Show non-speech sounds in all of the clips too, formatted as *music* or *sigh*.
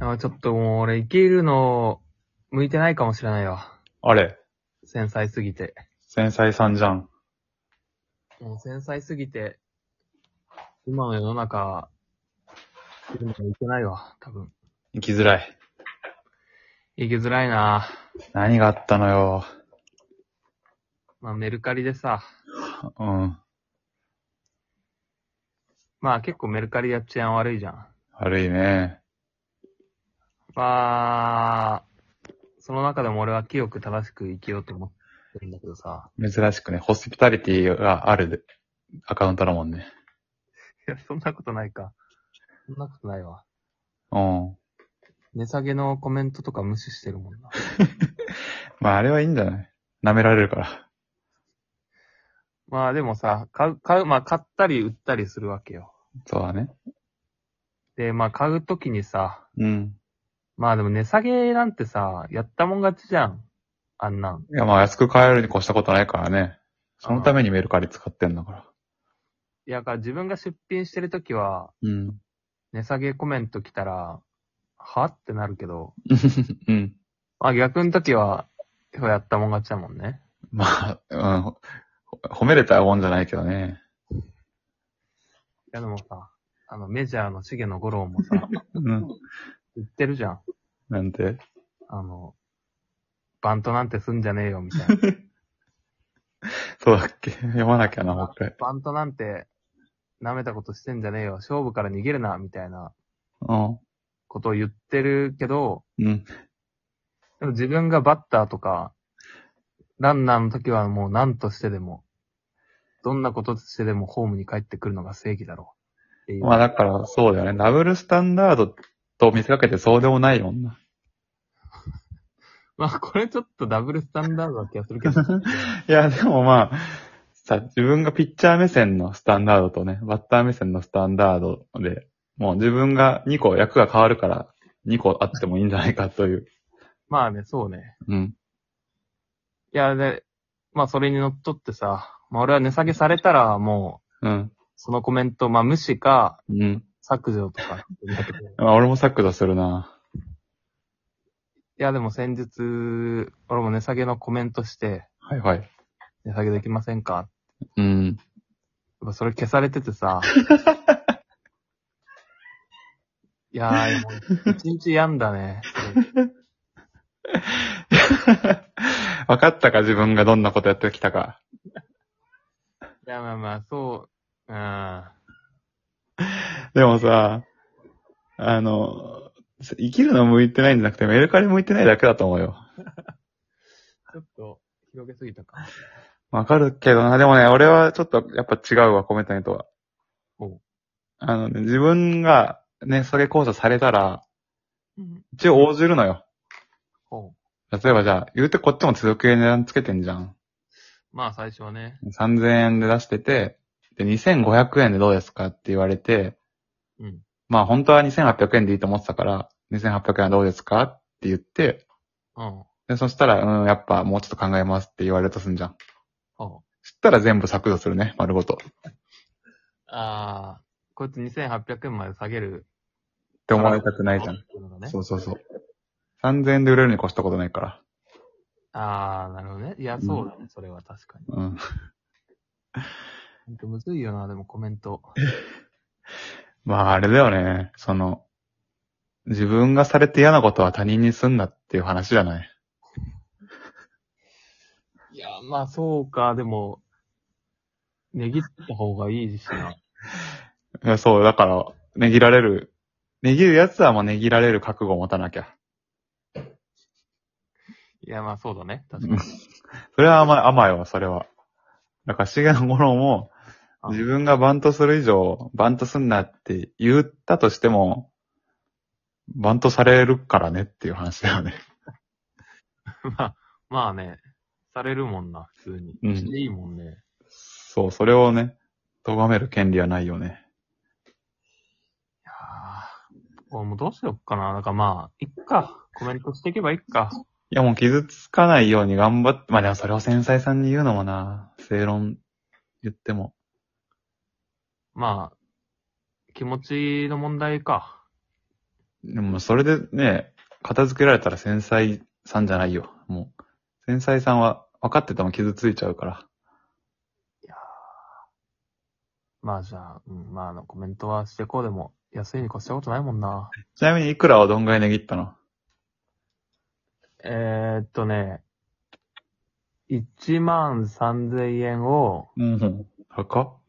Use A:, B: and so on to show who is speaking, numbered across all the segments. A: あちょっともう俺、生きるの、向いてないかもしれないわ。
B: あれ、
A: 繊細すぎて。
B: 繊細さんじゃん。
A: もう繊細すぎて、今の世の中、生きるの向いてないわ、多分。
B: 生きづらい。
A: 生きづらいな
B: 何があったのよ。
A: まあ、メルカリでさ、
B: うん。
A: まあ結構メルカリやっちゃ悪いじゃん。
B: 悪いね。
A: まあ、その中でも俺は清く正しく生きようと思ってるんだけどさ。
B: 珍しくね、ホスピタリティがあるでアカウントだもんね。
A: いや、そんなことないか。そんなことないわ。
B: うん。
A: 値下げのコメントとか無視してるもんな。
B: まあ、あれはいいんじゃない舐められるから。
A: まあでもさ、買う、買う、まあ買ったり売ったりするわけよ。
B: そうだね。
A: で、まあ買うときにさ、
B: うん。
A: まあでも値下げなんてさ、やったもん勝ちじゃん。あんなん。
B: いや、まあ、安く買えるに越したことないからね。そのためにメルカリ使ってんだから。
A: いや、だから自分が出品してるときは、
B: うん。
A: 値下げコメント来たら、はってなるけど、
B: うん。
A: まあ逆のときは、やったもん勝ちだもんね。
B: まあ、うんほ。褒めれたもんじゃないけどね。
A: いやでもさ、あの、メジャーの重野五郎もさ、
B: うん。
A: 言ってるじゃん。
B: なんて。
A: あの、バントなんてすんじゃねえよ、みたいな。
B: そうだっけ読まなきゃな、もう一回。
A: バントなんて、舐めたことしてんじゃねえよ、勝負から逃げるな、みたいな
B: うん。
A: ことを言ってるけど、
B: うん。
A: でも自分がバッターとか、ランナーの時はもう何としてでも、どんなこととしてでもホームに帰ってくるのが正義だろう。っていう
B: まあだから、そうだよね。ダブルスタンダードと見せかけてそうでもないもんな。
A: まあこれちょっとダブルスタンダードな気がするけど。
B: いや、でもまあ、さ、自分がピッチャー目線のスタンダードとね、バッター目線のスタンダードで、もう自分が2個役が変わるから、2個あってもいいんじゃないかという。
A: まあね、そうね。
B: うん。
A: いや、で、まあそれに乗っ取ってさ、まあ俺は値下げされたらもう、
B: うん。
A: そのコメント、まあ無視か
B: うん。
A: 削除とか。い
B: まあ、俺も削除するな。
A: や、でも先日、俺も値下げのコメントして、
B: はいはい。
A: 値下げできませんか
B: うん。 *laughs*
A: やっぱそれ消されてて *laughs* さ。いやー、もう一日病んだ *laughs* ね。
B: 分かったか、自分がどんなことやってきたか。
A: いや、まあまあ、そう、う
B: でもさ、あの、生きるの向いてないんじゃなくて、メルカリ向いてないだけだと思うよ。
A: ん。ちょっと、広げすぎたか。
B: わかるけどな。でもね、俺はちょっとやっぱ違うわ、コメントにとは
A: ほう。
B: あのね、自分がね、それ講座されたら、
A: うん。
B: 一応応じるのよ。
A: ほう。
B: 例えばじゃあ、言うてこっちも続け値段つけてんじゃん。
A: まあ最初はね。
B: 3000円で出してて、で、2500円でどうですかって言われて、
A: うん。
B: まあ本当は2800円でいいと思ってたから、2800円はどうですかって言って、
A: うん。
B: で、そしたら、うん、やっぱもうちょっと考えますって言われるとすんじゃん。
A: ほう。
B: そしたら全部削除するね、丸ごと。
A: あー、こいつ2800円まで下げる。
B: って思われたくないじゃん。
A: っていうのがね。
B: そうそうそう。3000円で売れるに越したことないから。
A: あー、なるほどね。いや、そうだね。それは確かに。
B: うん。 *laughs*
A: ほんとむずいよな、でもコメント。
B: まああれだよね。その、自分がされて嫌なことは他人にすんなっていう話じゃない。
A: いや、まあそうか、でも、値切った方がいいしな。
B: いやそう、だから、値切られる。値切るやつはもう値切られる覚悟を持たなきゃ。
A: いや、まあそうだね。確かに。
B: それは甘い、甘いわ、それは。だから、重野五郎も、
A: あ
B: 自分がバントする以上、バントすんなって言ったとしても、バントされるからねっていう話だよね。
A: *laughs* まあ、まあね、されるもんな、普通に。
B: うん
A: していいもんね。
B: そう、それをね、咎める権利はないよね。
A: いやー俺もうどうしよっかな。だからまあ、いっか。コメントしていけばいっか。
B: いや、もう傷つかないように頑張って、まあでもそれを繊細さんに言うのもな、正論言っても。
A: まあ、気持ちの問題か。
B: でもそれでね、片付けられたら繊細さんじゃないよ。もう、繊細さんは分かってても傷ついちゃうから。
A: まあじゃあ、うん、まああの、コメントはしてこうでも、安いに越したことないもんな。
B: ちなみにいくらをどんぐらい値切ったの
A: えー、っとね、1万3000円を、
B: うん。高っ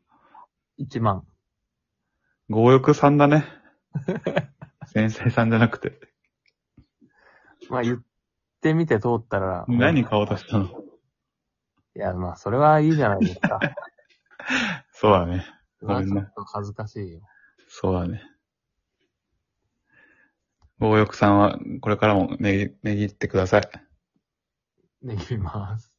A: 1万。
B: 強欲さんだね。繊細さんじゃなくて。
A: まあ言ってみて通ったら。
B: 何
A: か
B: 買おうとしたの
A: いや、まあそれはいいじゃないですか。
B: そうだね。
A: それ
B: ご
A: は
B: めん
A: ち
B: ね
A: ょっと恥ずかしいよ。
B: そうだね。強欲さんはこれからも値切値切ってください。
A: できます。